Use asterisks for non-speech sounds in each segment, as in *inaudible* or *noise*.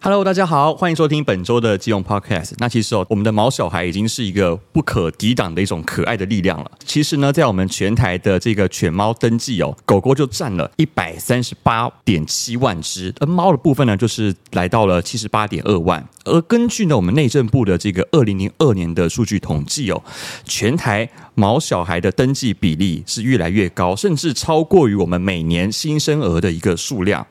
Hello，大家好，欢迎收听本周的基隆 Podcast。那其实哦，我们的毛小孩已经是一个不可抵挡的一种可爱的力量了。其实呢，在我们全台的这个犬猫登记哦，狗狗就占了一百三十八点七万只，而猫的部分呢，就是来到了七十八点二万。而根据呢我们内政部的这个二零零二年的数据统计哦，全台毛小孩的登记比例是越来越高，甚至超过于我们每年新生儿的一个数量。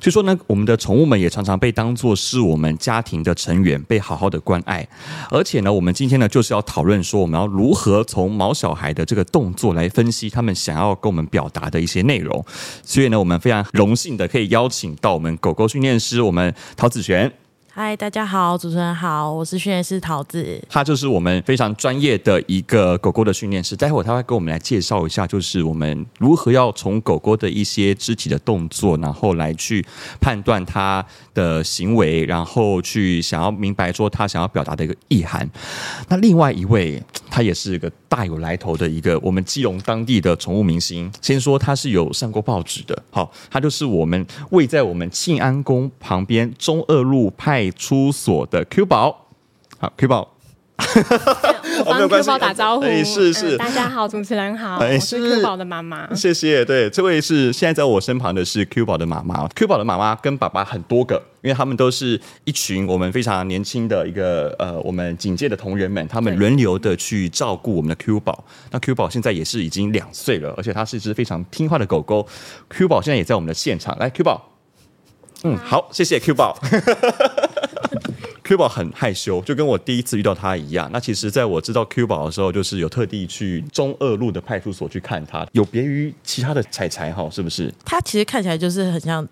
所以说呢，我们的宠物们也常常被当作是我们家庭的成员，被好好的关爱。而且呢，我们今天呢就是要讨论说，我们要如何从毛小孩的这个动作来分析他们想要跟我们表达的一些内容。所以呢，我们非常荣幸的可以邀请到我们狗狗训练师，我们陶子璇。嗨，大家好，主持人好，我是训练师桃子。他就是我们非常专业的一个狗狗的训练师。待会儿他会跟我们来介绍一下，就是我们如何要从狗狗的一些肢体的动作，然后来去判断它的行为，然后去想要明白说它想要表达的一个意涵。 *laughs* 那另外一位，他也是一个大有来头的一个我们基隆当地的宠物明星。先说他是有上过报纸的，好，他就是我们位在我们庆安宫旁边中二路派出所的 Q 宝。好，Q 宝，帮 Q 宝打招呼，哎是是嗯大家好，主持人好，哎我是是 Q 宝的妈妈。谢谢。对，这位是现在在我身旁的是 Q 宝的妈妈，Q 宝的妈妈跟爸爸很多个，因为他们都是一群我们非常年轻的一个呃，我们警戒的同仁们，他们对轮流的去照顾我们的 Q 宝。那 Q 宝现在也是已经两岁了，而且它是一只非常听话的狗狗。Q 宝现在也在我们的现场，来，Q 宝，嗯，好，谢谢 Q 宝。Q 宝很害羞，就跟我第一次遇到他一样。那其实，在我知道 Q 宝的时候，就是有特地去中二路的派出所去看他，有别于其他的柴柴哈，是不是？它其实看起来就是很像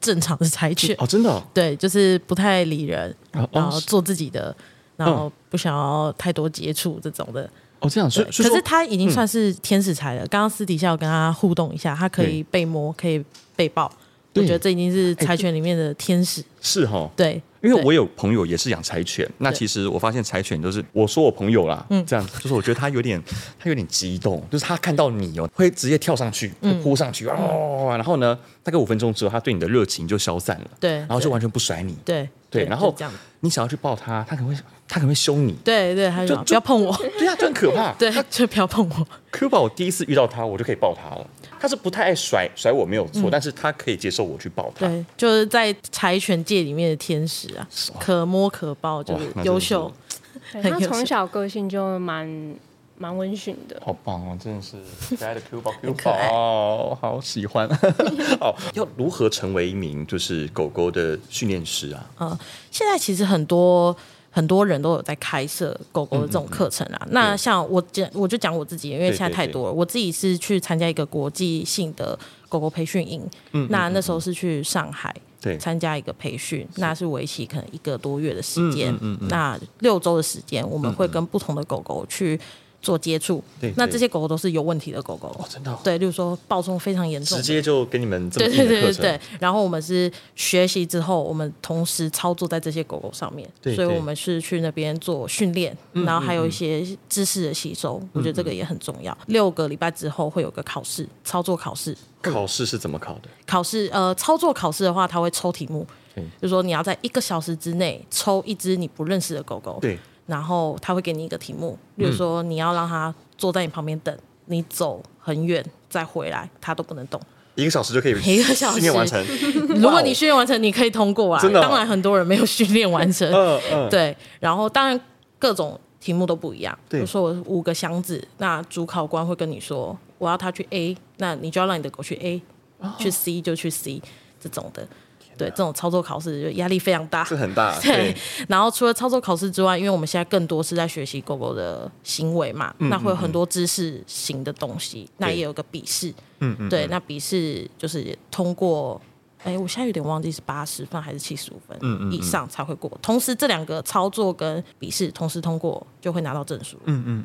正常的柴犬，哦，真的、哦， *laughs* 对，就是不太理人，哦然后是做自己的，然后不想要太多接触这种的。哦这样，所对以所以可说嗯是它已经算是天使柴了。刚刚私底下我跟它互动一下，它可以被摸，可以被抱，我对觉得这已经是柴犬里面的天使。是哈、哦。对，因为对我有朋友也是养柴犬，那其实我发现柴犬就是我说我朋友啦，嗯这样就是我觉得他有点他有点激动，就是他看到你哦，会直接跳上去，嗯会扑上去哦，然后呢，大概五分钟之后，他对你的热情就消散了，对然后就对完全不甩你，对对，然后就这样子你想要去抱他，他可能会他可能会凶你，对对，它就就不要碰我， *laughs* 对啊，就很可怕。 *laughs* 对，就不要碰我。 Q 宝，我第一次遇到他，我就可以抱他了。他是不太爱甩甩我，没有错，但是他可以接受我去抱他。嗯对，就是在柴犬界里面的天使啊，可摸可抱，就哇是那真的优是秀。对很她优秀从小个性就蛮蛮温驯的，好棒哦，真的 *laughs* 是可爱的 Q 宝，Q 可爱宝，好喜欢。 *laughs* 好，要如何成为一名就是狗狗的训练师啊？哦现在其实很多很多人都有在开设狗嗯狗的这种课程啊。那像我讲，我就讲我自己，因为对现在太多了。我自己是去参加一个国际性的狗狗培训营，嗯那那时候是去上海。对参加一个培训，那是为期可能一个多月的时间，嗯那六周的时间，我们会跟不同的狗狗去做接触。对对那这些狗狗都是有问题的狗狗，哦，真的哦、对，例如说暴冲非常严直重的，接就给你们这对么对硬的对课对程。对，然后我们是学习之后，我们同时操作在这些狗狗上面，对所以对嗯我们是去那边做训练，然后还有一些知识的吸收，我觉得这个也很重要。六个礼拜之后会有个考试，操作考试，考试是怎么考的？考试呃，操作考试的话，它会抽题目对，就是说你要在一个小时之内抽一只你不认识的狗狗，对，嗯然后他会给你一个题目，例如说你要让它坐在你旁边等，你走很远再回来，它都不能动。一个小时就可以一个小时训练完成。 *laughs* 如果你训练完成，你可以通过啊。哦真的哦当然很多人没有训练完 *laughs* 成，嗯嗯，对。然后当然各种题目都不一样，比对如说我五个箱子，那主考官会跟你说，我要他去 A，那你就要让你的狗去 A，、去哦 C 就去 C 这种的。对，这种操作考试就压力非常大，这很大。 *laughs* 对，然后除了操作考试之外，因为我们现在更多是在学习狗狗的行为嘛，那会有很多知识型的东西，那也有个笔试，嗯嗯，对，那笔试就是通过。哎，我现在有点忘记是八十分还是七十五分以上才会过。同时，这两个操作跟笔试同时通过，就会拿到证书。嗯，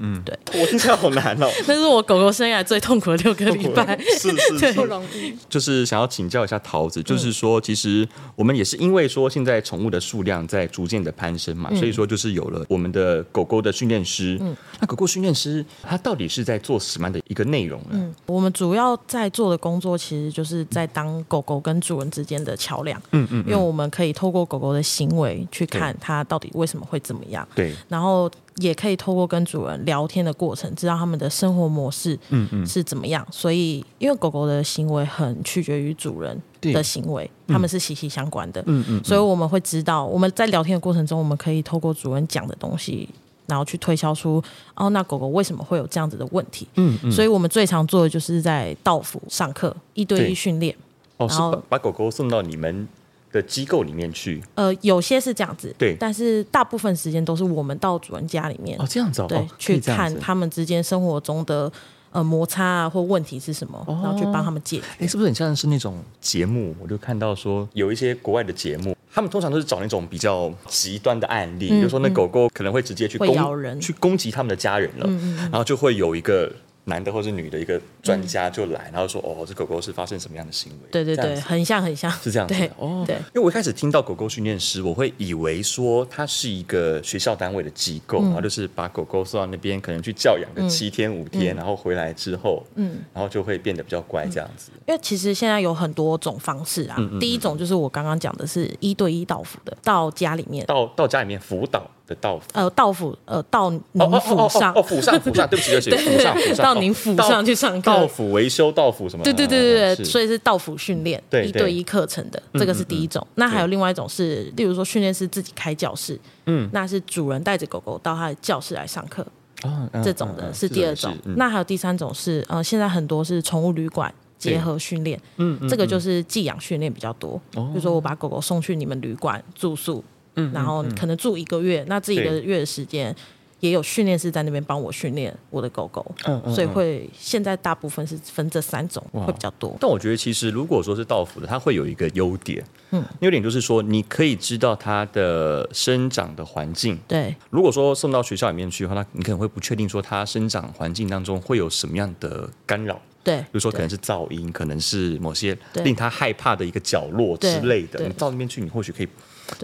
我听起来好难 *laughs* 哦。那是我狗狗生涯最痛苦的六个礼拜。是是是，不容易。就是想要请教一下桃嗯子，就是说，其实我们也是因为说现在宠物的数量在逐渐的攀升嘛，嗯所以说就是有了我们的狗狗的训练师。那狗狗训练师他到底是在做什嗯么样的一个内容呢？我们主要在做的工作，其实就是在当狗狗跟主人们之间的桥梁。嗯嗯，因为我们可以透过狗狗的行为去看它到底为什么会怎么样。对，然后也可以透过跟主人聊天的过程，知道他们的生活模式嗯嗯是怎么样。所以，因为狗狗的行为很取决于主人对的行为，他们是息息相关的。嗯嗯，所以我们会知道，我们在聊天的过程中，我们可以透过主人讲的东西。然后去推销出，哦，那狗狗为什么会有这样子的问题？嗯，所以我们最常做的就是在道府上课一对对一训练。哦，是然后把把狗狗送到你们的机构里面去呃，有些是这样子，对但是大部分时间都是我们到主人家里面，哦，这样子哦，对，哦可去以这样看子他们之间生活中的呃摩擦啊或问题是什么，然后去帮他们解决。哎，是不是很像是那种节目？我就看到说有一些国外的节目，他们通常都是找那种比较极端的案例，比如说那狗狗可能会直接去嗯会攻咬人嗯去攻击他们的家人了，然后就会有一个男的或是女的一个专家就来，然后说哦，这狗狗是发生什么样的行为？嗯对对这样对，子很像很像，是这样子的对，哦对，因为我一开始听到狗狗训练师，我会以为说它是一个学校单位的机嗯构，然后就是把狗狗送到那边，可能去教养个七天五嗯天，然后回来之后，嗯，然后就会变得比较乖这样子。因为其实现在有很多种方式啊。嗯第一种就是我刚刚讲的是一对一道府的，到家里面，到到家里面辅导的到府。呃，道府呃到哦您哦哦府上哦， *laughs* 哦，府上府上，对不起对不起，府上府上，到哦您府到上去上课到府维修到府什么？嗯对对对对对，所以以是道府训练嗯对一对嗯对一课程的，这个是第一种。那还有另外一种是，例如说训练师自己开教室，嗯，那是主人带着狗狗到他的教室来上课，哦嗯这种的嗯是嗯第二种。那还有第三种是，呃，现在很多是宠物旅馆。对结合训练，嗯，这个就是寄养训练比较多。比如说，我把狗狗送去你们旅馆住宿，嗯，然后可能住一个月，那这一个对月的时间也有训练师在那边帮我训练我的狗狗，嗯嗯所以会现在大部分是分这三种会比较多。但我觉得其实如果说是到府的，它会有一个优点，嗯，优点就是说你可以知道它的生长的环境。对，如果说送到学校里面去的话，那你可能会不确定说它生长环境当中会有什么样的干扰。对，比如说可对能是噪音，可能是某些对令他害怕的一个角落之类的。对对你到那边去，你或许可以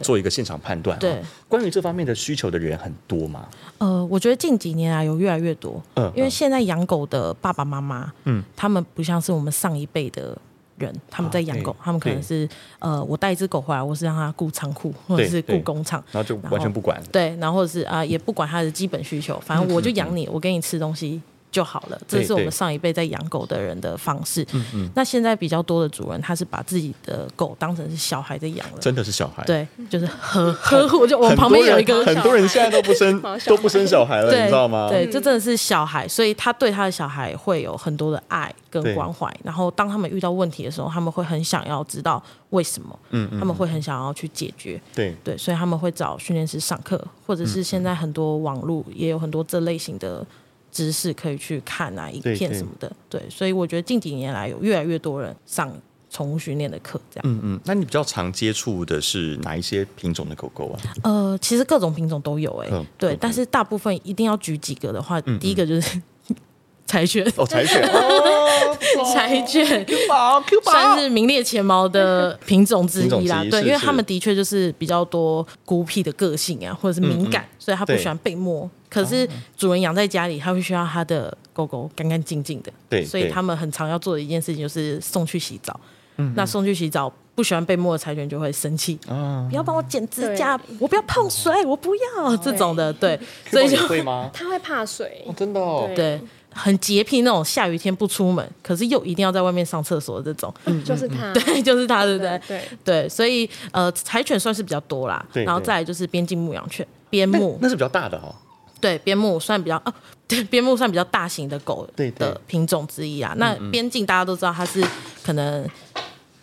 做一个现场判断、啊。对，关于这方面的需求的人很多嘛？呃，我觉得近几年来有越来越多，嗯因为现在养狗的爸爸妈妈，嗯，他们不像是我们上一辈的。人他们在养狗，啊对他们可能是呃，我带一只狗回来，我是让它顾仓库或者是顾对工厂，然后就完全不管。对，然后或者是啊、也不管它的基本需求，反正我就养你，我给你吃东西就好了。这嗯对是我对嗯们上一辈在养狗的人的方式。那现在比较多的主人，他是把自己的狗当成是小孩在养了，真的是小孩。，对，就是呵呵护。就我很旁多边有人一个很多人现在都不 *laughs* 生毛小孩都不生小孩了，对，呃你知道吗？对，这真的是小孩，所以他对他的小孩会有很多的爱跟关怀。然后当他们遇到问题的时候，他们会很想要知道为什么，嗯他们会很想要去解决。对对，所以他们会找训练师上课，或者是现在很多网络也有很多这类型的知识可以去看啊，影对片对什么的。对，所以我觉得近几年来有越来越多人上宠物训练的课，这样。嗯，那你比较常接触的是哪一些品种的狗狗 *laughs* 啊？呃，其实各种品种都有哎、嗯对，OK，但是大部分一定要举几个的话，第一个就是 *laughs* 柴犬，哦，柴犬，哦，柴犬 Q 宝，Q 宝，算是名列前茅 *laughs* 的品种之一啦。品种之一对，是因为他们的确就是比较多孤僻的个性啊，或者是敏感，所以他不嗯对喜欢被摸。可是主人养在家里，他会需要他的狗狗干干净净的。对所以对他们很常要做的一件事情就是送去洗澡。嗯那送去洗澡，不喜欢被摸的柴犬就会生气，啊，不要帮我剪指甲，我不要碰水，我不要这种 *laughs* 的，对，所所以以就 *laughs* 会吗？它会怕水哦，，真的哦， *laughs* 对很洁癖那种，下雨天不出门，可是又一定要在外面上厕所的这种， *laughs* 就是它，对，就是它，对不对对？对，对，所以呃，柴犬算是比较多啦，对然后对再来就是边境牧羊犬，边牧，那是比较大的哦。对，边牧算比较哦，对，边牧算比较大型的狗对对嗯的品种之一啊。那边境大家都知道它是可能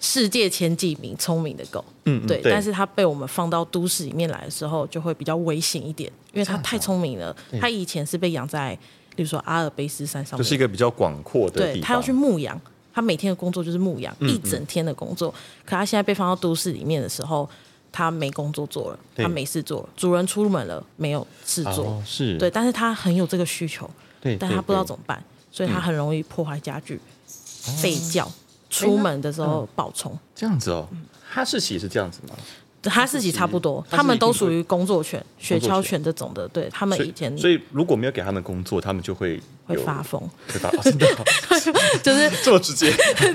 世界前几名聪明的狗，嗯嗯对，对但是它被我们放到都市里面来的时候，就会比较危险一点，因为它太聪明了。它以前是被养在，比如说阿尔卑斯山上面，就是一个比较广阔的对地方，嗯他要去牧羊，他每天的工作就是牧羊，一整天的工作。可他现在被放到都市里面的时候，他没工作做了，对他没事做了，主人出门了没有事做，哦是对，但是他很有这个需求，对嗯但他不知道怎么。么办，所以他很容易破坏家具、哦吠叫，出门的时候暴冲。嗯嗯这样子哦，哈士奇是这样子吗？哈士奇差不多，哈士奇他们都属于工作犬、雪橇犬这种的。对他们所以以前所以如果没有给他们工作，他们就会会有发，疯，会 *laughs* 发，哦真的哦就是 *laughs* 这么直接，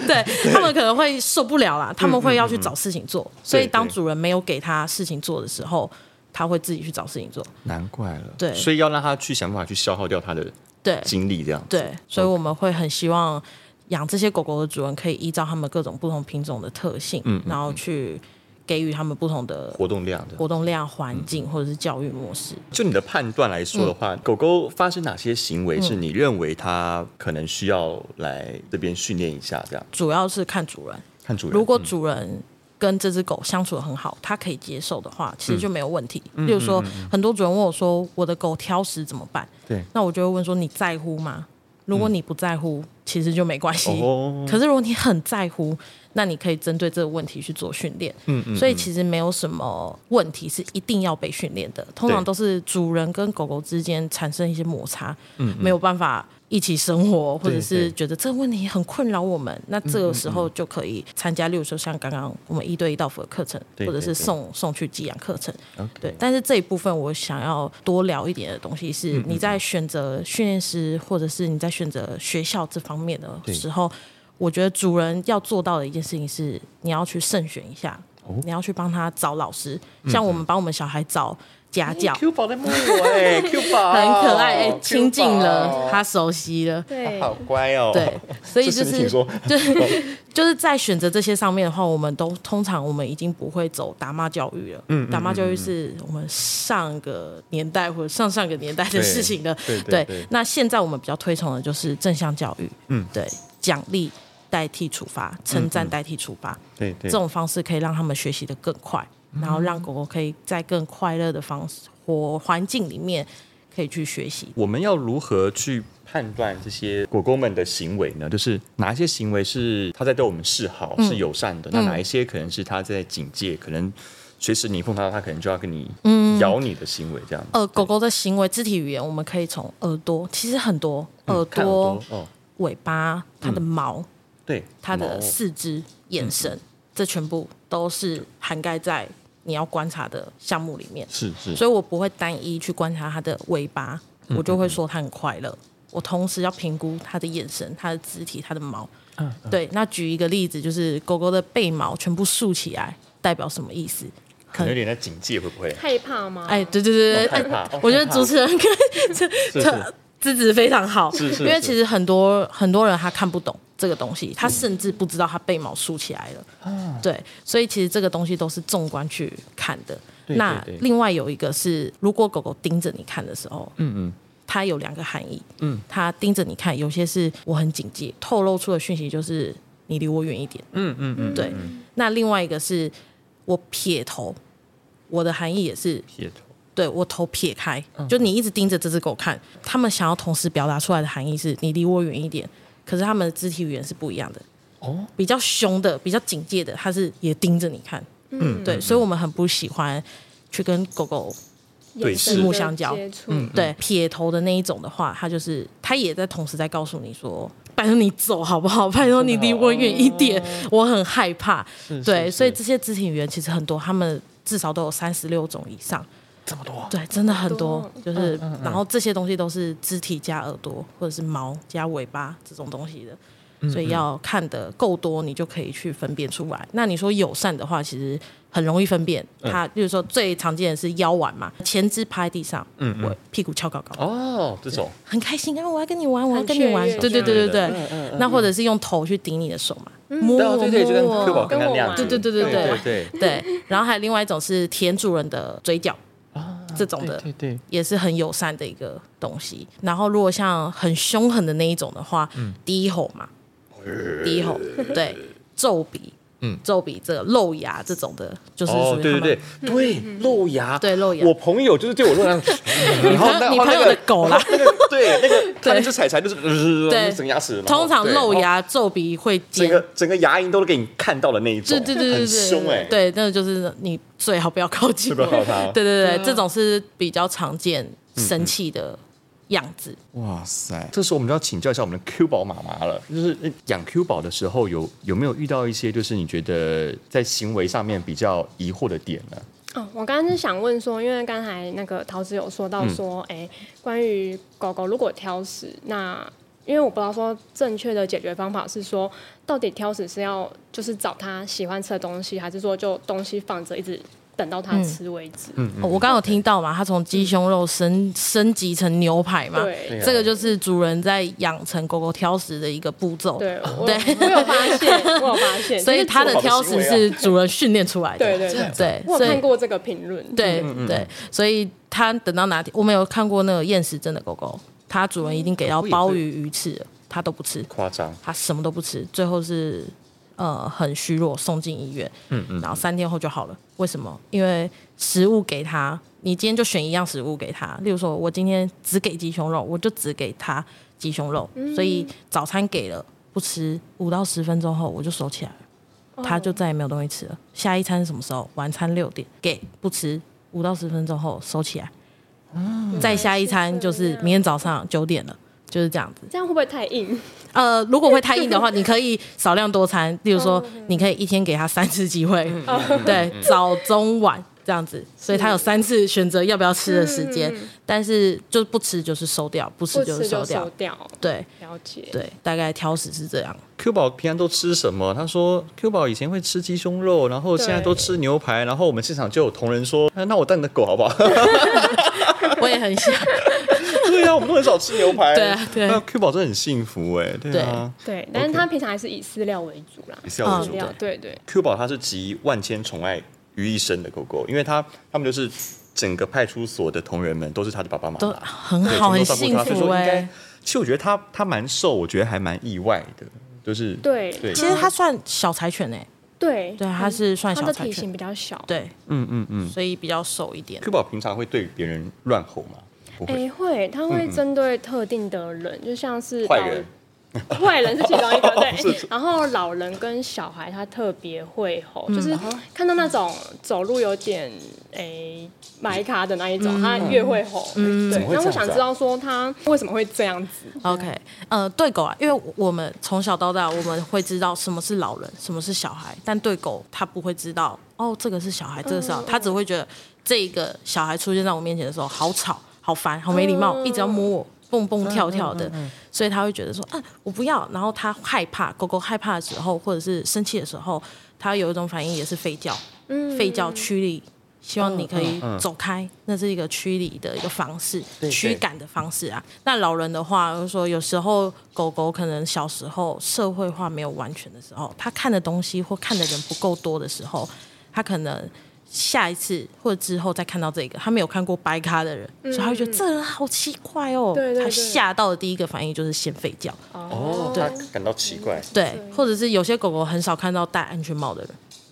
对他们可能会受不了啦，他们会要去找事情做。所以当主人没有给他事情做的时候，他会自己去找事情做。难怪了。对所以要让他去想办法去消耗掉他的对精力，这样对，所以我们会很希望养这些狗狗的主人可以依照它们各种不同品种的特性，然后去给予它们不同的活动量的。活动量、环境或者是教育模式。就你的判断来说的话，嗯狗狗发生哪些行为是你认为它可能需要来这边训练一下？这样主要是看主人，看主人，嗯如果主人跟这只狗相处的很好，它可以接受的话，其实就没有问题。嗯例如说，很多主人问我说：“我的狗挑食怎么办？”对嗯那我就会问说：“你在乎吗？”如果你不在乎，其实就没关系。哦可是如果你很在乎，那你可以针对这个问题去做训练。嗯嗯。所以其实没有什么问题是一定要被训练的，通常对都是主人跟狗狗之间产生一些摩擦，嗯没有办法一起生活，或者是觉得这个问题很困扰我们，那这个时嗯候就可以参加，例如说像刚刚我们一对一到府的课程，对或者对对是送送去寄养课程。 OK 对，但是这一部分我想要多聊一点的东西是，你在选择训练师或者是你在选择学校这方面的时候，我觉得主人要做到的一件事情是，你要去慎选一下，你要去帮他找老师，像我们帮我们小孩找家教。 Q 宝在摸我哎，Q 宝 *laughs* 很可爱，哎、 Q 亲近了，宝他熟悉了，对，好乖哦。对，所以这就是你听是说就是在选择这些上面的话，我们都通常我们已经不会走打骂教育了。嗯，打骂教育是我们上个年代或者上上个年代的事 *laughs* 情了。对对对那现在我们比较推崇的就是正向教育。嗯，对，奖励代替处罚，称赞代替处罚。对对这种方式可以让他们学习的更快，然后让狗狗可以在更快乐的方式或环境里面可以去学习。我们要如何去判断这些狗狗们的行为呢？就是哪一些行为是它在对我们示好、嗯是友善的，那哪一些可能是它在警戒，可能随时你碰到它，它可能就要跟你嗯咬你的行为这样。呃，狗狗的行为、肢体语言，我们可以从耳朵，其实很多嗯耳看朵、哦，尾巴、它的毛、对，哦它的嗯毛嗯四肢、眼神，这全部都是涵盖在你要观察的项目里面。是是所以我不会单一去观察它的尾巴，嗯我就会说它很快乐。我同时要评估它的眼神、它的肢体、它的毛。嗯对，那举一个例子，就是狗狗的背毛全部竖起来，代表什么意思？可能有点在警戒，会不会？害怕吗？哎，对对对对，哦害怕哎哦我觉得害怕主持人跟是是资质非常好，是是因为是其实很多很多人他看不懂这个东西，他甚至不知道他被毛竖起来了，对，所以其实这个东西都是纵观去看的。对那对另外有一个是，如果狗狗盯着你看的时候，嗯嗯，它有两个含义，嗯，它盯着你看，有些是我很警戒，透露出的讯息就是你离我远一点，嗯嗯嗯，对。那另外一个是我撇头，我的含义也是撇头。对我头撇开，就你一直盯着这只狗看，他们想要同时表达出来的含义是你离我远一点，可是他们的肢体语言是不一样的。哦，比较凶的、比较警戒的，它是也盯着你看。嗯，对，所以我们很不喜欢去跟狗狗眼神对视的目相交接触，对撇头的那一种的话，它就是它也在同时在告诉你说。拜托你走好不好？ *laughs* 拜托你离我远一点，我很害怕。对，所以这些肢体语言其实很多，他们至少都有三十六种以上。这么多？对，真的很多嗯好。就是，嗯然后这些东西都是肢体加耳朵或者是毛加尾巴这种东西嗯的，所以要看的够多，你就可以去分辨出来。那你说友善的话，其实很容易分辨。它，嗯例如说最常见的是腰丸嘛，前肢趴在地上，嗯我屁股翘高高，哦，这种很开心啊！我要跟你玩，我要很跟你玩雀跃，对对对对这样对。那或者是用头去顶你的手嘛，摸我哦对对，就跟摸科宝我，刚刚那样子，对对对对对对对对。然后还有另外一种是舔主人的嘴角，这种的啊对对，也是很友善的一个东西。然后如果像很凶狠的那一种的话，嗯低吼嘛，低吼，对，皱鼻，嗯，皱鼻这个露牙这种的，就是哦属于他对们对对对，露牙，嗯对露牙我朋友就是对我露 *laughs* 牙，然后那你然后朋友那个哦的狗啦那个 *laughs* 对那个他那只彩彩就是呃整个牙齿，然后通常对露哦然后牙、皱鼻会整尖。个整个牙龈都给你看到的那一种，对对对对很对，凶哎，对，那个就是你最好不要靠近 *laughs* 不要靠它对对对，这种是比较常见生气的样子。 *laughs* 哇塞！这时候我们就要请教一下我们的 Q 宝妈妈了，就是呃养 Q 宝的时候有，有没有遇到一些就是你觉得在行为上面比较疑惑的点呢？哦，我刚刚是想问说，因为刚才那个桃子有说到说，哎、关于狗狗如果挑食，那因为我不知道说正确的解决方法是说，到底挑食是要就是找它喜欢吃的东西，还是说就东西放着一直等到它吃为止？嗯，哦我刚有听到嘛，它从鸡胸肉升升级成牛排嘛，对这个就是主人在养成狗狗挑食的一个步骤。对，我我有发现，我有发现，所以它它的挑食是主人训练出来的。嗯对对对对，我有所以看过这个评论，对对，所以它等到哪天，我们有看过那个厌食症的狗狗，它主人已经给到鲍鱼、鱼翅了，它都不吃，夸张，它什么都不吃，最后是呃很虚弱，送进医院，嗯嗯，然后三天后就好了。为什么？因为食物给它，你今天就选一样食物给它，例如说我今天只给鸡胸肉，我就只给它鸡胸肉，所以早餐给了不吃，五到十分钟后我就收起来了。他就再也没有东西吃了。下一餐是什么时候？晚餐六点给不吃，五到十分钟后收起来。再下一餐就是明天早上九点了，就是这样子。这样会不会太硬？呃，如果会太硬的话，你可以少量多餐，例如说，嗯你可以一天给他三次机会，对，嗯早中晚这样子，所以他有三次选择要不要吃的时间。嗯但是就不吃就是收掉，不吃不就是吃收就掉收。掉。对了解，对，大概挑食是这样。 Q 宝平常都吃什么？他说 Q 宝以前会吃鸡胸肉，然后现在都吃牛排，然后我们现场就有同仁说，啊那我当你的狗好不好？ *laughs* *laughs* 我也很想，对啊，我们都很少吃牛排。对啊对那 Q 宝真的很幸福哎、对啊，对，但是它平常还是以饲料为主啦，也是要嗯主对的料。对对， Q 宝它是集万千宠爱于一身的狗狗，因为它他们就是整个派出所的同仁们都是它的爸爸妈都妈，很对好，很全部都照顾幸它所以福说哎、应该嗯其实我觉得它它蛮瘦，我觉得还蛮意外的，就是对对，其实它算小柴犬诶、对对，它是算它小的柴体犬型，比较小，对，嗯嗯嗯，所以比较瘦一点。 Q 宝平常会对别人乱吼吗？不哎、会，会，它会针对特定的人，就像是坏老人，坏人是其中一个，对。然后老人跟小孩，他特别会吼，就是看到那种走路有点诶埋卡的那一种，他越会吼。对怎么，会那这我样想子啊知道说他为什么会这样子？ OK，呃，对狗啊，因为我们从小到大，我们会知道什么是老人，什么是小孩，但对狗它不会知道哦，这个是小孩，这个是小孩，它只会觉得这个小孩出现在我面前的时候，好吵，好烦，好没礼貌，一直要摸我，蹦蹦跳跳的，所以它会觉得说啊，我不要。然后它害怕，狗狗害怕的时候，或者是生气的时候，它有一种反应也是吠叫，嗯吠叫驱离。希望你可以走开，那是一个驱离的一个方式，驱赶的方式啊。那老人的话，就是说有时候狗狗可能小时候社会化没有完全的时候，它看的东西或看的人不够多的时候，它可能下一次或者之后再看到这个，他没有看过白咖的人，所以他会觉得这人好奇怪哦。对对对他吓到的第一个反应就是先吠叫，哦，它感到奇怪，对，或者是有些狗狗很少看到戴安全帽的人，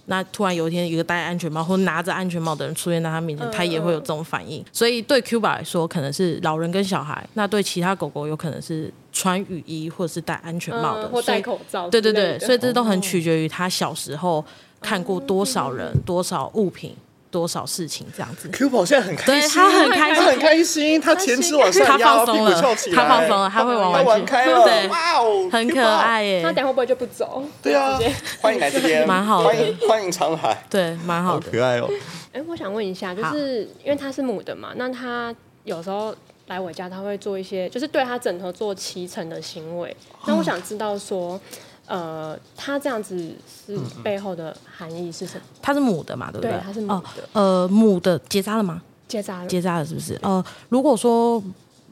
那突然有一天一个戴安全帽或拿着安全帽的人出现在他面嗯前，他也会有这种反应。所以对 Q 吧来说，可能是老人跟小孩；那对其他狗狗，有可能是穿雨衣或者是戴安全帽的，嗯，或所以戴口罩之对类的。对对，所以这都很取决于他小时候看过多少人、嗯多少物品、多少事情这样子。 Q 宝现在很开对心，他很开他很心，开心，他前肢往他上压，放屁松股了翘起，来，他放松了，他会玩他玩具玩，开了，对哇哦，很 Q 可宝，爱耶他，等下会不会就不走？对 *laughs* 啊，欢迎来这边，蛮好的欢迎欢迎常来，对，蛮好好的。可爱哦，哎、我想问一下，就好是因为它是母的嘛，那它有时候来我家，它会做一些，就是对它整头做骑乘的行为。哦那我想知道说，呃，它这样子是背后的含义是什么？它是母的嘛，嗯对不对它是母哦的，呃，母的结扎了吗？结扎了，结扎了是不是？呃，如果说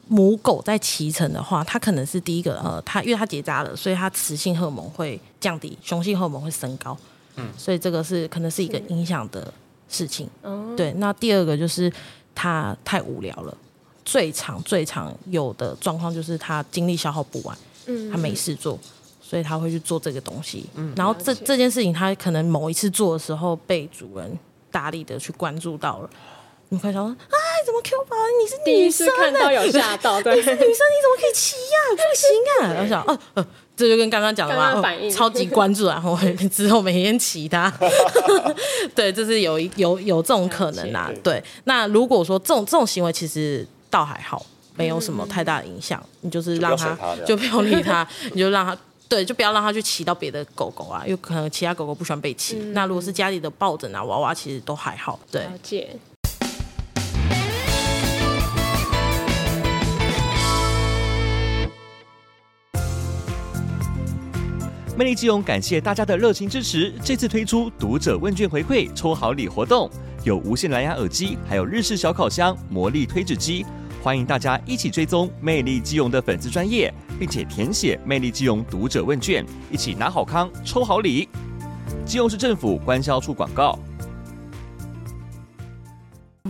母狗在骑乘的话，它可能是第一个，呃，它因为它结扎了，所以它雌性荷尔蒙会降低，雄性荷尔蒙会升高，嗯，所以这个是可能是一个影响的事情。哦对，那第二个就是它太无聊了，最常最常有的状况就是它精力消耗不完，嗯他没事做，所以他会去做这个东西。然后这了解这件事情，他可能某一次做的时候被主人大力的去关注到了。你快想说，哎，怎么 Q 宝？你是第女一生啊次看到有 *laughs* 吓到，对，哎女生你怎么可以骑呀、不行啊！然后想，呃呃，这就跟刚刚讲的嘛，刚刚反应哦超级关注，然后之后每天骑它。 *laughs* 对，这是有一有有这种可能啊了解。对，那如果说这种这种行为其实倒还好，没有什么太大的影响，你就是要让甩它它这样就不要理 *laughs* 它，你就让它。对，就不要让它去骑到别的狗狗啊，因为可能其他狗狗不喜欢被骑。嗯那如果是家里的抱枕啊、娃娃，其实都还好。对，了解。魅力基隆感谢大家的热情支持，这次推出读者问卷回馈抽好礼活动，有无线蓝牙耳机，还有日式小烤箱、魔力推脂机，欢迎大家一起追踪魅力基隆的粉丝专业，并且填写魅力基隆读者问卷，一起拿好康抽好礼。基隆市政府官销处广告。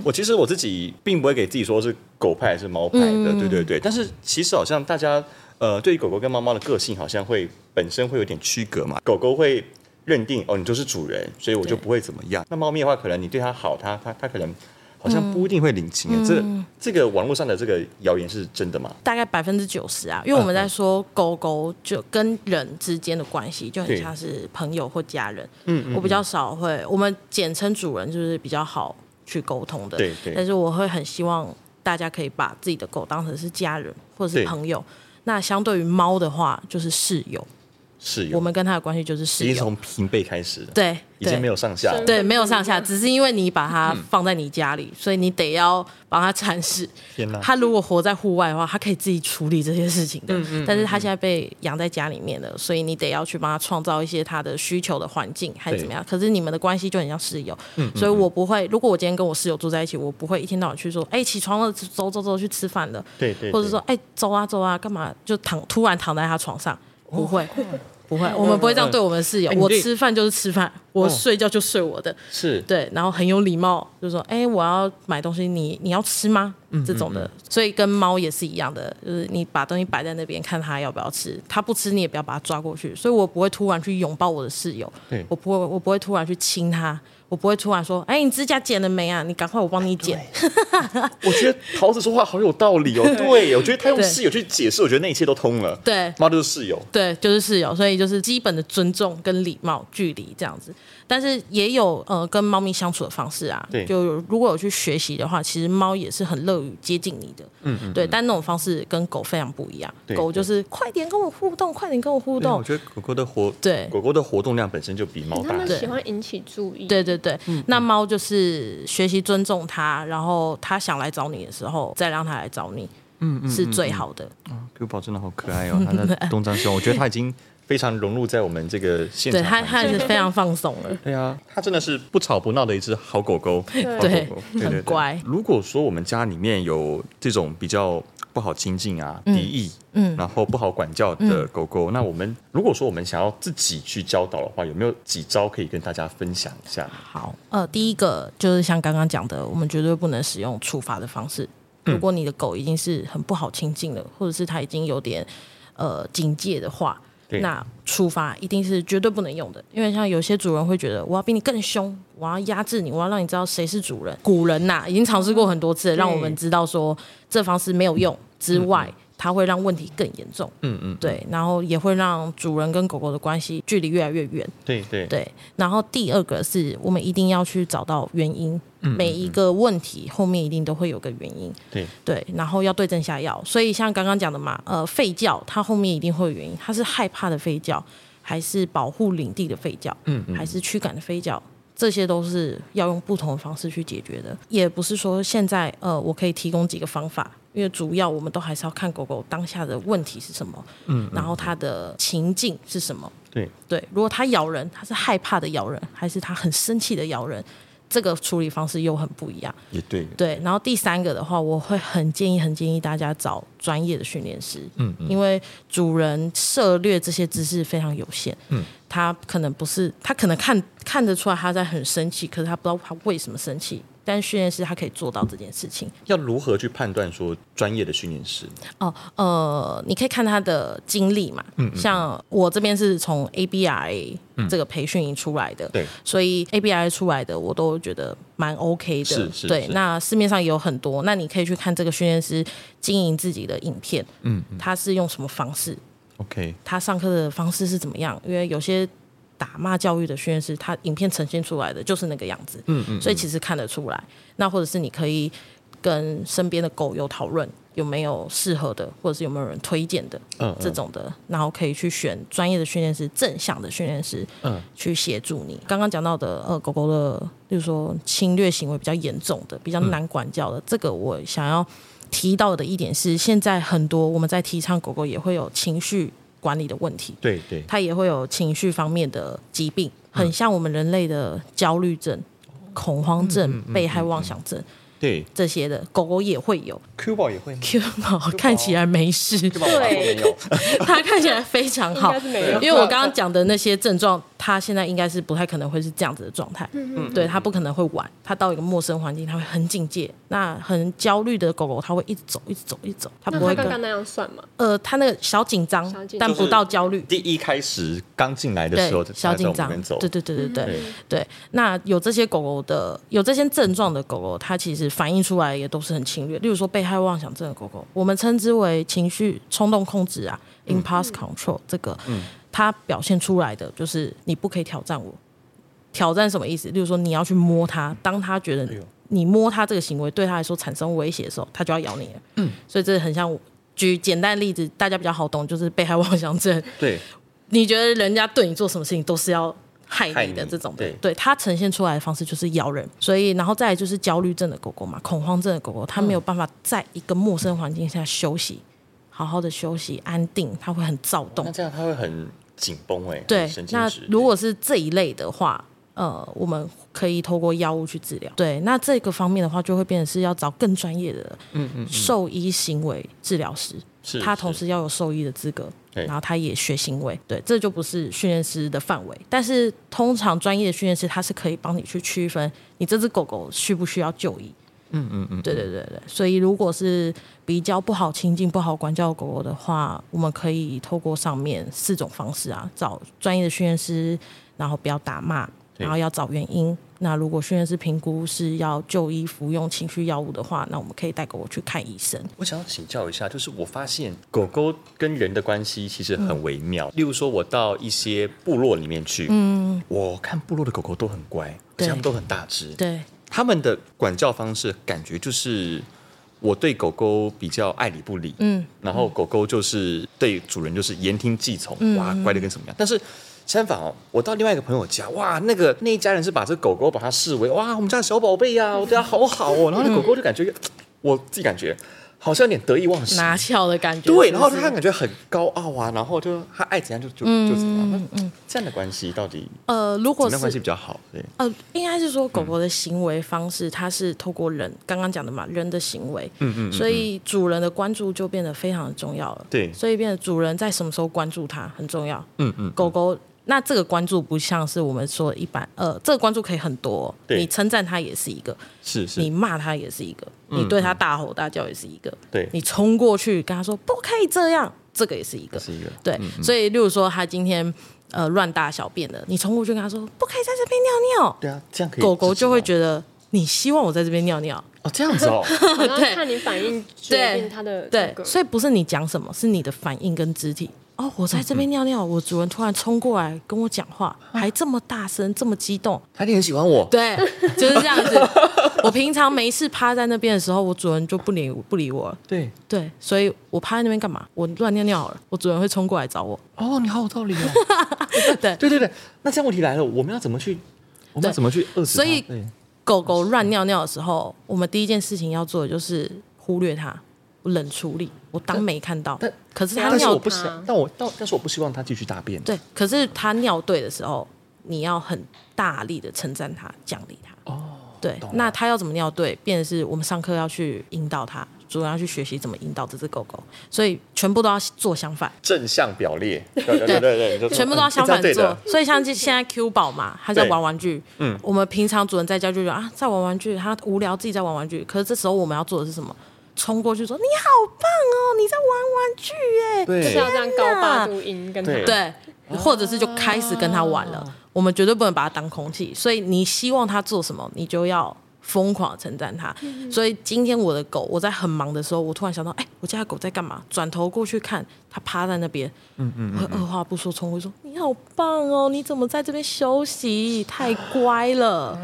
我其实我自己并不会给自己说是狗派还是猫派的，嗯对对对。但是其实好像大家呃，对于狗狗跟猫猫的个性好像会本身会有点区隔嘛。狗狗会认定哦，你就是主人，所以我就对不会怎么样。那猫咪的话，可能你对它好，它它它可能好像不一定会领情。嗯这这个网络上的这个谣言是真的吗？大概百分之九十啊，因为我们在说狗狗就跟人之间的关系就很像是朋友或家人。嗯，我比较少会，我们简称主人就是比较好去沟通的。对对但是我会很希望大家可以把自己的狗当成是家人或者对是朋友。那相对于猫的话，就是室友，是我有，们跟它的关系就是已室经友。从平辈开始了，对，已经对没有嗯上下了。对，没有上下，只是因为你把它放在你家里，所以你得要帮它铲屎。天哪它如果活在户外的话，它可以自己处理这些事情的。但是它现在被养在家里面了，所以你得要去帮它创造一些它的需求的环境，还是怎么样？可是你们的关系就很像室友，嗯所以我不会。如果我今天跟我室友住在一起，我不会一天到晚去说，哎、起床了，走走走，去吃饭了，对对对或者说，哎、走啊走啊，干嘛？就躺突然躺在他床上，不会。不会，我们不会这样对我们的室友。哦哎你我对哦吃饭就是吃饭，我睡觉就睡我的。是，对，然后很有礼貌，就说：“哎、我要买东西，你你要吃吗？”这种的，所以跟猫也是一样的，就是你把东西摆在那边，看它要不要吃，它不吃你也不要把它抓过去。所以我不会突然去拥抱我的室友对，我不会，我不会突然去亲它，我不会突然说：“哎、你指甲剪了没啊？你赶快我帮你剪。我觉得桃子说话好有道理哦。对，我觉得他用 *laughs* 对室友去解释，我觉得那一切都通了。对猫就是室友。对，就是室友，所以就是基本的尊重跟礼貌、距离这样子。但是也有呃跟猫咪相处的方式啊，对就有如果有去学习的话，其实猫也是很乐于接近你的，嗯嗯对。但那种方式跟狗非常不一样，对狗就是快点跟我互动，快点跟我互对，啊动我，觉得狗狗的活对狗狗的活动量本身就比猫他大们。哦对喜欢引起注意，对对对，那猫就是学习尊重它，然后它想来找你的时候，再让它来找你，嗯是最好的。 Q 宝真的好可爱 *laughs* 哦，它的东张西望，我觉得它已经非常融入在我们这个现对啊场它环境。它也是非常放松了。对啊，它真的是不吵不闹的一只好狗狗，好狗狗对很乖如果说我们家里面有这种比较不好亲近啊、敌意，嗯，然后不好管教嗯的狗狗，那我们如果说我们想要自己去教导的话，有没有几招可以跟大家分享一下？好，呃，第一个就是像刚刚讲的，我们绝对不能使用处罚的方式。如果你的狗已经是很不好亲近了，或者是它已经有点呃警戒的话，对那处罚一定是绝对不能用的，因为像有些主人会觉得我要比你更凶，我要压制你，我要让你知道谁是主人。古人呐、已经尝试过很多次了，让我们知道说这方式没有用之外，它会让问题更严重。嗯嗯，对，然后也会让主人跟狗狗的关系距离越来越远。对对对，然后第二个是我们一定要去找到原因，每一个问题后面一定都会有个原因，对对，然后要对症下药。所以像刚刚讲的嘛，呃，吠叫它后面一定会有原因，它是害怕的吠叫，还是保护领地的吠叫，嗯还是驱赶的吠叫。这些都是要用不同的方式去解决的，也不是说现在呃，我可以提供几个方法，因为主要我们都还是要看狗狗当下的问题是什么，嗯，然后它的情境是什么，对，对，如果它咬人，它是害怕的咬人，还是它很生气的咬人，这个处理方式又很不一样。也对，对，然后第三个的话，我会很建议、很建议大家找专业的训练师，嗯，因为主人涉猎这些知识非常有限，嗯，他可能不是，他可能看看得出来他在很生气，可是他不知道他为什么生气，但训练师他可以做到这件事情。要如何去判断说专业的训练师？哦，呃，你可以看他的经历嘛，嗯像我这边是从 ABRA 这个培训营出来的，对所以 ABRA 出来的我都觉得蛮 OK 的，是是对是。那市面上也有很多，那你可以去看这个训练师经营自己的影片，嗯，他是用什么方式， OK，他上课的方式是怎么样，因为有些打骂教育的训练师，他影片呈现出来的就是那个样嗯子，嗯嗯，所以其实看得出来。那或者是你可以跟身边的狗友讨论，有没有适合的，或者是有没有人推荐的，嗯这种的，然后可以去选专业的训练师、正向的训练师，嗯去协助你。刚刚讲到的，呃，狗狗的，例如说侵略行为比较严重的、比较嗯难管教的，这个我想要提到的一点是，现在很多我们在提倡狗狗也会有情绪管理的问题，对对，它也会有情绪方面的疾病，很像我们人类的焦虑症、恐慌症、被害妄想症。对这些的狗狗也会有 *laughs* Q 宝也会吗 Q 宝看起来没事， ？Q 宝好像没有， *laughs* 它看起来非常好应该是没有，因为我刚刚讲的那些症状，它现在应该是不太可能会是这样子的状态。嗯对，它不可能会玩，它到一个陌生环境，它会很警戒。那很焦虑的狗狗，它会一直走，一直走，一直走，它那不会他跟刚刚那样算吗？呃，它那个小紧张小，紧张但不到焦虑。 *laughs* 第一开始刚进来的对时候，，小紧他在张我们走，对对对对嗯对 *laughs* 对对。那有这些狗狗的，有这些症状的狗狗，它其实反映出来也都是很侵略。例如说被害妄想症的狗狗，我们称之为情绪冲动控制啊嗯 （impulse control） 这个，它表现出来的就是你不可以挑战我。挑战什么意思？例如说你要去摸它，当它觉得哎呦你摸它这个行为对它来说产生威胁的时候，它就要咬你了。嗯，所以这很像我。举简单例子，大家比较好懂，就是被害妄想症。对你觉得人家对你做什么事情都是要害你的害你这种的对，对它呈现出来的方式就是咬人，所以然后再来就是焦虑症的狗狗嘛，恐慌症的狗狗，它没有办法在一个陌生环境下休息，好好的休息安定，它会很躁动哦那。这样他会很紧绷哎，对很神，经那质。如果是这一类的话，呃，我们可以透过药物去治疗。对，那这个方面的话，就会变成是要找更专业的嗯兽医行为治疗师，是他同是时要有兽医的资格，对然后他也学行为，对，这就不是训练师的范围。但是通常专业的训练师他是可以帮你去区分你这只狗狗需不需要就医。嗯嗯嗯，对对对对，所以如果是比较不好亲近、不好管教的狗狗的话，我们可以透过上面四种方式啊，找专业的训练师，然后不要打骂，然后要找原因。那如果训练师评估是要就医服用情绪药物的话，那我们可以带狗狗去看医生。我想要请教一下，就是我发现狗狗跟人的关系其实很微嗯妙。例如说，我到一些部落里面去，嗯，我看部落的狗狗都很乖，而且对它们都很大只，对，他们的管教方式感觉就是我对狗狗比较爱理不理，嗯，然后狗狗就是对主人就是言听计从，嗯哇，乖的跟什么样，但是。相反哦，我到另外一个朋友家，哇，那个那一家人是把这狗狗把它视为哇，我们家的小宝贝 *laughs* 呀、我对它好好哦。然后那狗狗就感觉，我自己感觉好像有点得意 *laughs* 忘形，拿翘的感觉。对，然后是不它是嗯感觉很高傲啊，然后就它爱怎样就就就怎样。那这样的关系到底呃，如怎果么样关系是比较好？对，呃，应该是说狗狗的行为方式，它是透过人刚刚讲的嘛，人的行为，嗯嗯所以主人的关注就变得非常重要了。对所以变得主人在什么时候关注它很重要。嗯嗯，狗狗。那这个关注不像是我们说的一般，呃，这个关注可以很多哦、对你称赞它也是一个，是是嗯你，骂它也是一个，你对它大吼大叫也是一个，对你冲过去跟它说不可以这样，这个也是一个这，是一个对，嗯所以例如说他今天呃乱大小便了，你冲过去跟他说不可以在这边尿尿，对啊，这样可以狗狗就会得觉得你希望我在这边尿尿，哦这样子 *laughs* 哦，然后看你反应决定他的那对，个所以不是你讲什么，是你的反应跟肢体。哦，我在嗯这边尿尿，我主人突然冲过来跟我讲话，啊还这么大声，这么激动，它一定很喜欢我。对， *laughs* 就是这样子。我平常没事趴在那边的时候，我主人就不理不理我了，对，对，所以我趴在那边干嘛？我乱尿尿好了，我主人会冲过来找我，哦，你好有道理哦。 *laughs* 对。对对对，那这样问题来了，我们要怎么去？我们要对怎么去饿死它？所以对狗狗乱尿尿的时候，我们第一件事情要做的就是忽略它，我冷处理，我当没看到但。可是它但是尿我不它想，但我但但是我不希望它继续大便。对，可是它尿对的时候，你要很大力的称赞它，奖励它。哦，对懂，了那它要怎么尿对，变成是我们上课要去引导它，主要要去学习怎么引导这只狗狗，所以全部都要做相反。正向表列，对对对对对，你就说全部都要嗯相这样反对做的。，所以像这现在 Q 宝嘛，他在对玩玩具，嗯，我们平常主人在家就觉得啊，在玩玩具，他无聊自己在玩玩具，可是这时候我们要做的是什么？冲过去说你好棒哦，你在玩玩具耶，就是要对，这样高八度音跟他对对，哦或者是就开始跟他玩了。我们绝对不能把它当空气，所以你希望它做什么，你就要疯狂地称赞它。所以今天我的狗，我在很忙的时候，我突然想到，哎、我家的狗在干嘛？转头过去看，它趴在那边，嗯嗯我会二话不说冲过去说：“你好棒哦，你怎么在这边休息？太乖了。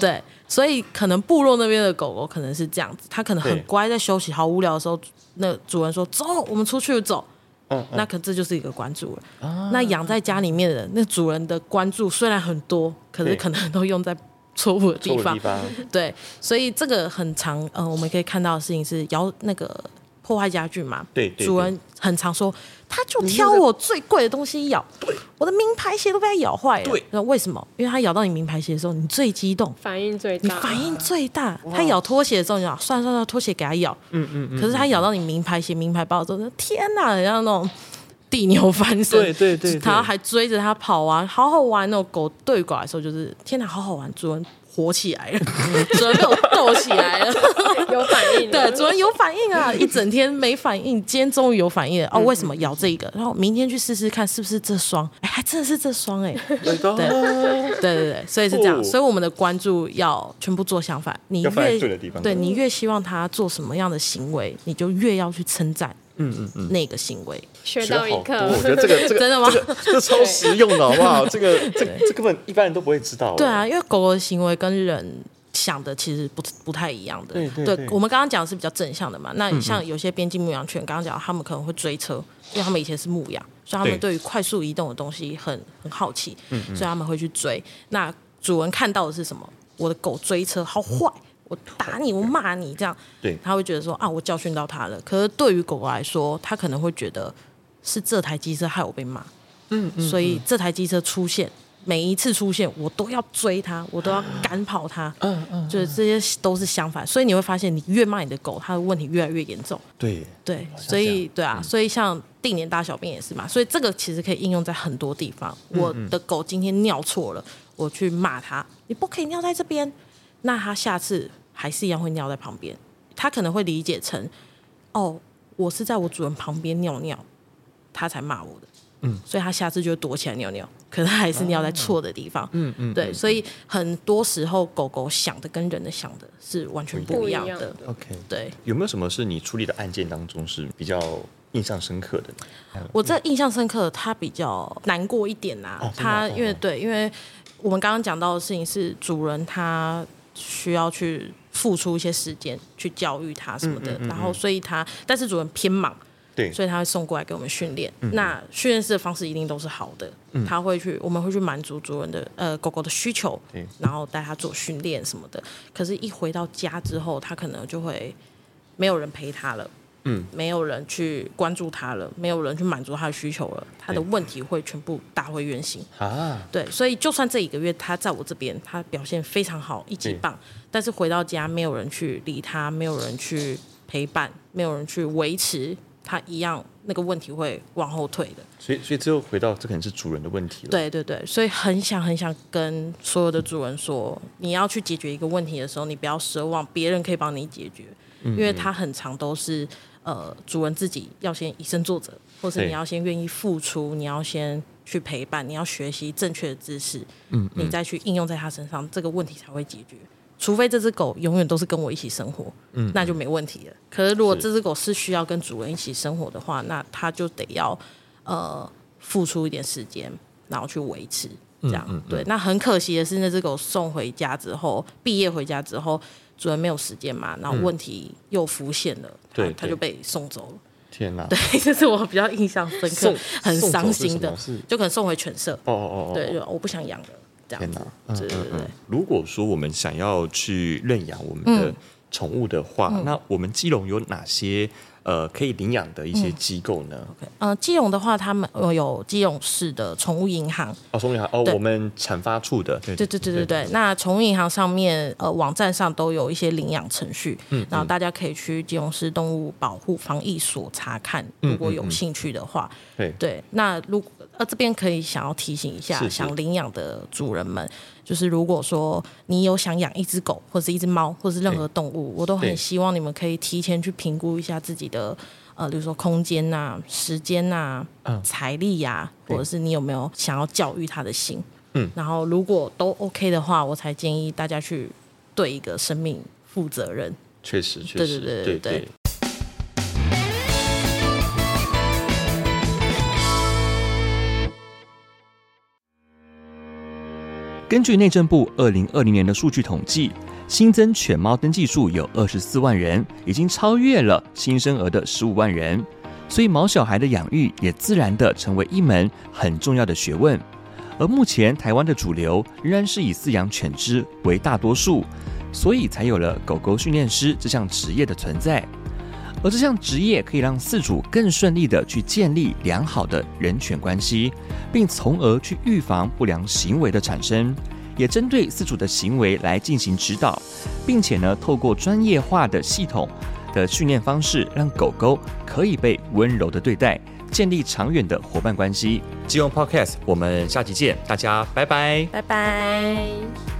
对，所以可能部落那边的狗狗可能是这样子，它可能很对乖，在休息好无聊的时候，那主人说走，我们出去走。嗯那可这就是一个关注了。啊那养在家里面的人，那主人的关注虽然很多，可是对可能都用在错误的错地误的方地。方，对，所以这个很常，呃，我们可以看到的事情是摇那个破坏家具嘛。对对对主人很常说，他就挑我最贵的东西咬，对，我的名牌鞋都被他咬坏了。对，那为什么？因为他咬到你名牌鞋的时候，你最激动，反应最你大，反应最大。他咬拖鞋的时候，你想算了算了，拖鞋给他咬。嗯嗯可是他咬到你名牌鞋、名牌包之后，天哪，很像那种地牛翻身。对对对对然后还追着他跑啊，好好玩哦。狗对狗来说就是天哪，好好玩，主人。火起 *laughs* 来了，主人被我逗起来了。有反对应的，，主人有反应啊，一整天没反应，今天终于有反应了。嗯哦，为什么咬这个？然后明天去试试看是不是这双？哎，还真的是这双哎、对的， *laughs* 对对对，所以是这样，哦所以我们的关注要全部做相反。你要放在越对的地方对你越希望他做什么样的行为，你就越要去称赞，嗯嗯嗯，那个行为。学学到一好多，课，我觉得这个这个真的吗这个这个超实用的好不 *laughs* 好？这个这个这根本一般人都不会知道，对啊，，因为狗狗的行为跟人想的其实不不太一样的。对对对嗯我们刚刚讲的是比较正向的嘛。那像有些边境牧羊犬，刚刚讲他们可能会追车，因为他们以前是牧羊，所以他们对嗯对于快速移动的东西很很好奇，所以他们会去追。那主人看到的是什么？我的狗追车，好坏！我打你，我骂你，这样，对他会觉得说啊，我教训到他了。可是对于狗狗来说，它可能会觉得是这台机车害我被骂，嗯所以这台机车出现，每一次出现，我都要追它，我 *sighs* 都要赶跑它。嗯嗯，就是这些都是相反，所以你会发现，你越骂你的狗，它的问题越来越严重。对对，像所以对啊，所以像定年大小便也是嘛，所以这个其实可以应用在很多地方。我的狗今天尿错了，我去骂它，你不可以尿在这边，那它下次还是一样会尿在旁边，它可能会理解成，哦，我是在我主人旁边尿尿，它才骂我的。嗯，所以它下次就会躲起来尿尿，可是它还是尿在错的地方。嗯嗯，对，所以很多时候狗狗想的跟人的想的是完全不一样不一的样。 ，OK，对，有没有什么是你处理的案件当中是比较印象深刻的？我这印象深刻，他比较难过一点呐、嗯哦真的他哦因为对，因为我们刚刚讲到的事情是主人他需要去付出一些时间去教育他什么嗯的，然后所以他，但是主人偏忙，对，嗯所以他会送过来给我们训练。那训练师的方式一定都是好的，他会去，我们会去满足主人的呃狗狗的需求对，然后带它做训练什么的。可是，一回到家之后，它可能就会没有人陪它了。嗯，没有人去关注它了，没有人去满足它的需求了，它的问题会全部打回原形。啊，对，所以就算这一个月他在我这边，他表现非常好，一级棒，但是回到家没有人去理他，没有人去陪伴，没有人去维持，他一样那个问题会往后退的。所以所以最后回到这可能是主人的问题了，，对对对，所以很想很想跟所有的主人说，你要去解决一个问题的时候，你不要奢望别人可以帮你解决，因为他很常都是呃主人自己要先以身作则，或是对你要先愿意付出，你要先去陪伴，你要学习正确的知识，嗯，你再去应用在他身上，这个问题才会解决。除非这只狗永远都是跟我一起生活，嗯，那就没问题了。可是如果这只狗是需要跟主人一起生活的话，那它就得要呃付出一点时间，然后去维持嗯这样。对，那很可惜的是，那只狗送回家之后，毕业回家之后，主人没有时间嘛，然后问题又浮现了，嗯它对它对就被送走了。 *laughs* 天哪，这是我比较印象深刻送、很伤心的送走是什么是，就可能送回犬舍，哦哦哦，对，就我不想养了这样天子哪。，嗯对对对。如果说我们想要去认养我们嗯的宠物的话，那我们基隆有哪些呃可以领养的一嗯些机构呢？呃，基隆的话，他们呃有基隆市的宠物银行，哦，松林海哦，对我们产发处的，对对对对对对。那宠物银行上面呃网站上都有一些领养程序，然后大家可以去基隆市动物保护防疫所查看，如果有兴趣的话。对嗯对，那如果呃这边可以想要提醒一下是是想领养的主人们，就是如果说你有想养一只狗或是一只猫或是任何动物，我都很对希望你们可以提前去评估一下自己的。呃，比如说空间呐、时间呐、嗯财力呀、或者是你有没有想要教育他的心，嗯，然后如果都 OK 的话，我才建议大家去对一个生命负责任。确实确对实，对对对对对根据内政部二零二零年的数据统计，新增犬猫登记数有二十四万人，已经超越了新生儿的十五万人，所以毛小孩的养育也自然的成为一门很重要的学问。而目前台湾的主流仍然是以饲养犬只为大多数，所以才有了狗狗训练师这项职业的存在。而这项职业可以让饲主更顺利的去建立良好的人犬关系，并从而去预防不良行为的产生，也针对饲主的行为来进行指导，并且呢，透过专业化的系统的训练方式，让狗狗可以被温柔的对待，建立长远的伙伴关系。金融 Podcast，我们下集见，大家拜拜。拜拜。拜。